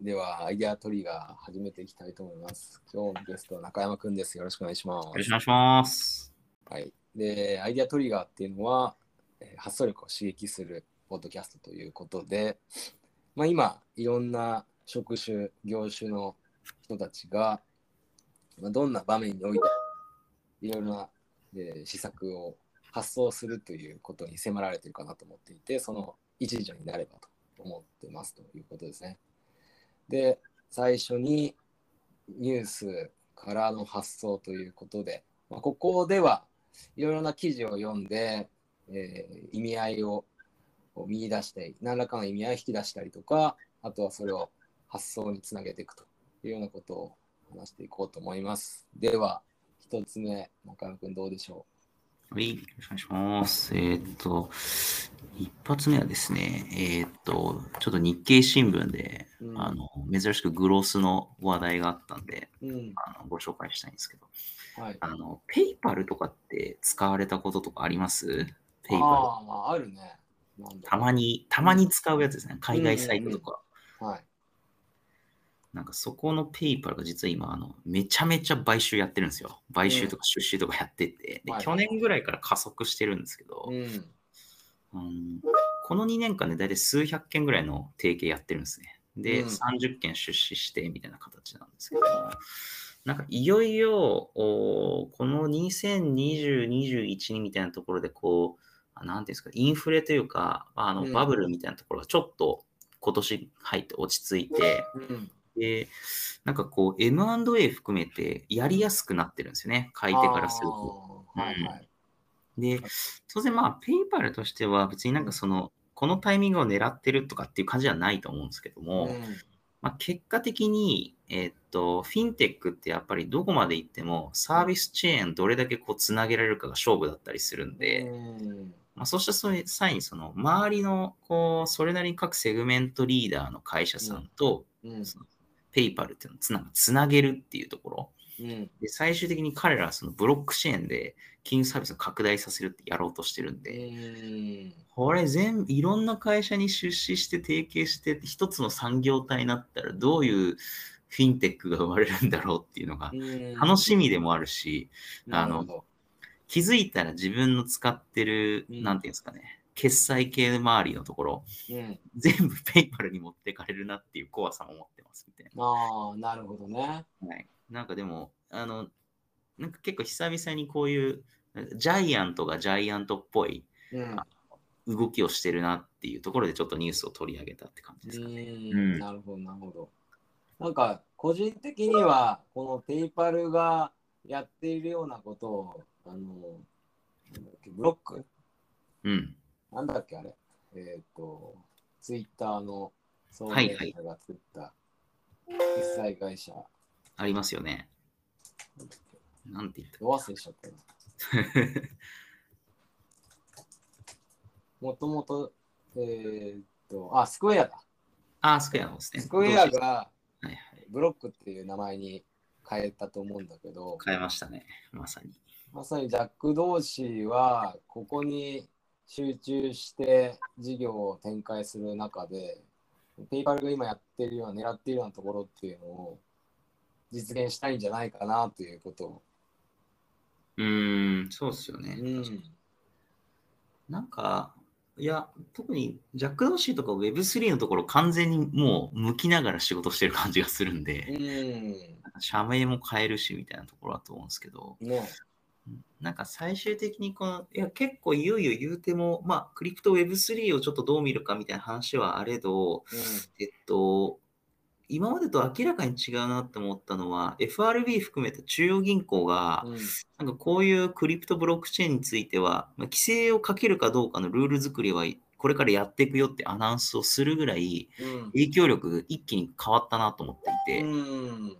では、アイデアトリガー始めていきたいと思います。今日のゲストは中山くんです。よろしくお願いします。よろしくお願いします。はい。で、アイデアトリガーっていうのは、えー発想力を刺激するポッドキャストということで、まあ、今、いろんな職種、業種の人たちが、まあ、どんな場面において、いろいろな、えー施策を発想するということに迫られてるかなと思っていて、その一助になればと思ってますということですね。で、最初にニュースからの発想ということで、まあ、ここではいろいろな記事を読んで、えー意味合いをこう見出して何らかの意味合いを引き出したりとかあとはそれを発想につなげていくというようなことを話していこうと思いますでは一つ目中山君どうでしょはい、よろしくお願いします。えーっと、一発目はですね、えーっと、ちょっと日経新聞で、う、うん、あの、珍しくグロスの話題があったんで、うんあのご紹介したいんですけど、はいあの、ペイパルとかって使われたこととかありますペあイパー、まああるねなんル。だたまに、たまに使うやつですね。海外サイトとか。はいなんかそこのペイパルが実は今あのめちゃめちゃ買収やってるんですよ。買収とか出資とかやってて、うんはでい去年ぐらいから加速してるんですけど、うんうんこの2年間で大体数百件ぐらいの提携やってるんですね。で、うん30件出資してみたいな形なんですけども、なんかいよいよ、おーこの2020、21みたいなところで、こう、あなんていうんですか、インフレというか、あうのんバブルみたいなところがちょっと今年入って落ち着いて、うんで、なんかこう、M&A 含めてやりやすくなってるんですよね、買い手からすると。あーはいはいで、当然まあ、ペイパルとしては別になんかその、このタイミングを狙ってるとかっていう感じはないと思うんですけども、まあ、結果的に、えーっと、フィンテックってやっぱりどこまで行ってもサービスチェーンどれだけこうつなげられるかが勝負だったりするんで、うんまあ、そうしたそういう際にその周りのこうそれなりに各セグメントリーダーの会社さんとうんペイパルっていうのをつなつなげるっていうところうんで最終的に彼らはそのブロックチェーンで金融サービスを拡大させるってやろうとしてるんで、うんこれ全部いろんな会社に出資して提携して一つの産業体になったらどういうフィンテックが生まれるんだろうっていうのがうん楽しみでもあるしなあのるほど気づいたら自分の使ってるうんなんていうんですかね決済系周りのところうん全部ペイパルに持ってかれるなっていう怖さも持ってますみたいああ、なるほどね。な、はい、なんかでもあのなんか結構久々にこういうジャイアントがジャイアントっぽいうん。動きをしてるなっていうところでちょっとニュースを取り上げたって感じですかね。うんなるほど、なるほど。なんか、個人的には、このペイパルがやっているようなことを、あの、なんだっけブロックうんなんだっけ、あれ。えっ、と、ツイッターの創はい業者が作った決済会社、ありますよね。なんて言っど忘れしちゃったな。たもともと、えっ、と、あ、スクエアだ。あー、スクエアのですね。スクエアどうしよがうはいはい。ブロックっていう名前に変えたと思うんだけど、変えましたね。まさに。まさにジャック・ドーシーはここに集中して事業を展開する中で、ペイパルが今やってるような、狙っているようなところっていうのを実現したいんじゃないかなということを。うーん、そうっすようね。ん。なんか、いや、特にジャック・ドーシーとか Web3 のところ完全にもう向きながら仕事してる感じがするんうで、ん。社名も変えるしみたいなところだと思うんですけど、ね。なんか最終的にこの、いや、結構いよいよ言うても、まあ、クリプト Web3 をちょっとどう見るかみたいな話はあれど、えっと、今までと明らかに違うなって思ったのは、FRB 含めた中央銀行がう、ん。うんなんかこういうクリプトブロックチェーンについては、まあ規制をかけるかどうかのルール作りは、これからやっていくよってアナウンスをするぐらい、うん。影響力が一気に変わったなと思っていて、うん。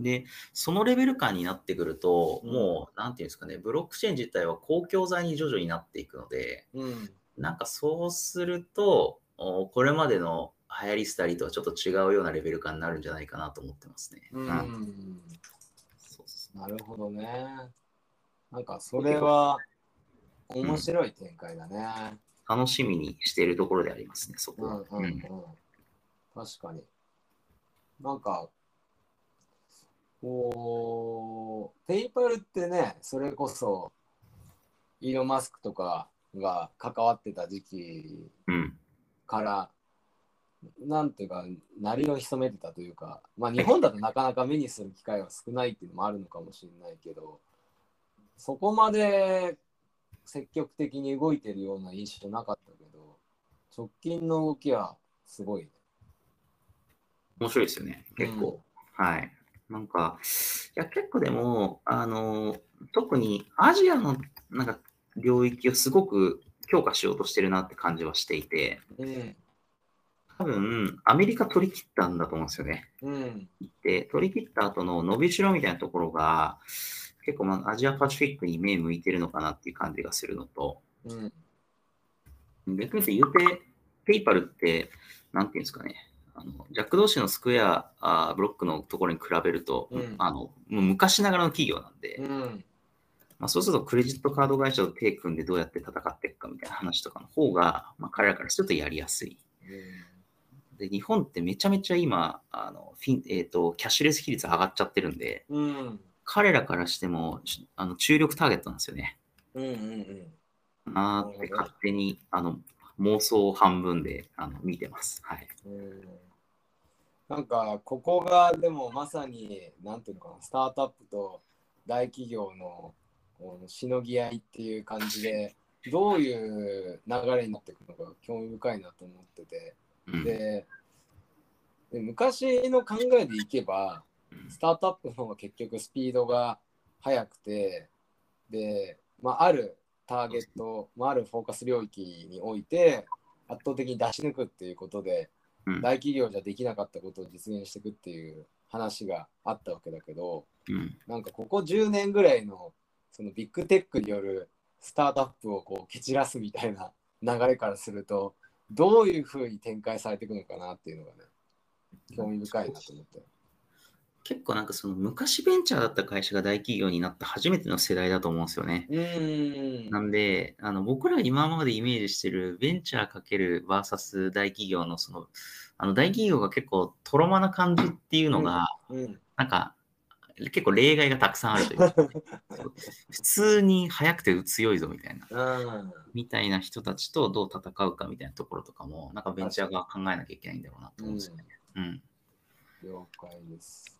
で、そのレベル感になってくると、うんもう、なんていうんですかね、ブロックチェーン自体は公共財に徐々になっていくので、うん。なんかそうすると、おこれまでの流行りしたりとはちょっと違うようなレベル感になるんじゃないかなと思ってますね。ううんん。そうっすねなるほどね。なんかそれは面白い展開だね。楽しみにしているところでありますね、そこうんは。うんううんん。確かに。なんか、こう、ペイパルってね、それこそ、イーロン・マスクとかが関わってた時期うん。から、なんていうか、鳴りを潜めてたというか、まあ、日本だとなかなか目にする機会は少ないっていうのもあるのかもしれないけど、そこまで積極的に動いてるような印象なかったけど、直近の動きはすごいね。面白いですよね。結構。はい。なんか、いや、結構でも、あの、特にアジアのなんか領域をすごく強化しようとしてるなって感じはしていて、うん。多分、アメリカ取り切ったんだと思うんですよね。うん。で、取り切った後の伸びしろみたいなところが、結構、まあ、アジアパシフィックに目向いてるのかなっていう感じがするのと、うん。逆に言うて言うて、ペイパルって、なんていうんですかね、あのジャック同士のスクエアあーブロックのところに比べると、うんあのもう昔ながらの企業なんで、うん。まあ、そうするとクレジットカード会社と手組んでどうやって戦っていくかみたいな話とかの方が、まあ、彼らからするとやりやすい。で、日本ってめちゃめちゃ今、あのフィンえー、とキャッシュレス比率上がっちゃってるんで、うん。彼らからしてもしあの注力ターゲットなんですよね。うん。うん。なーって勝手にあの妄想を半分であの見てます。はい。うんなんかここがでもまさになんていうのかなスタートアップと大企業のこのしのぎ合いっていう感じでどういう流れになっていくのか興味深いなと思っててうんでで昔の考えでいけばうんスタートアップの方が結局スピードが速くてで、まあ、あるターゲット、まあ、あるフォーカス領域において圧倒的に出し抜くっていうことで、うん大企業じゃできなかったことを実現していくっていう話があったわけだけどうんなんかここ10年ぐらいのそのビッグテックによるスタートアップをこう蹴散らすみたいな流れからするとどういうふうに展開されていくのかなっていうのがね興味深いなと思って。結構なんかその昔ベンチャーだった会社が大企業になった初めての世代だと思うんですよね。うんなんで、あの僕ら今までイメージしてるベンチャーかける VS 大企業のその、あの大企業が結構とろまな感じっていうのが、うんなんか結構例外がたくさんあるという か、そう普通に速くて強いぞみたいな、うんみたいな人たちとどう戦うかみたいなところとかも、なんかベンチャーが考えなきゃいけないんだろうなと思うんですよね。うん。了解です。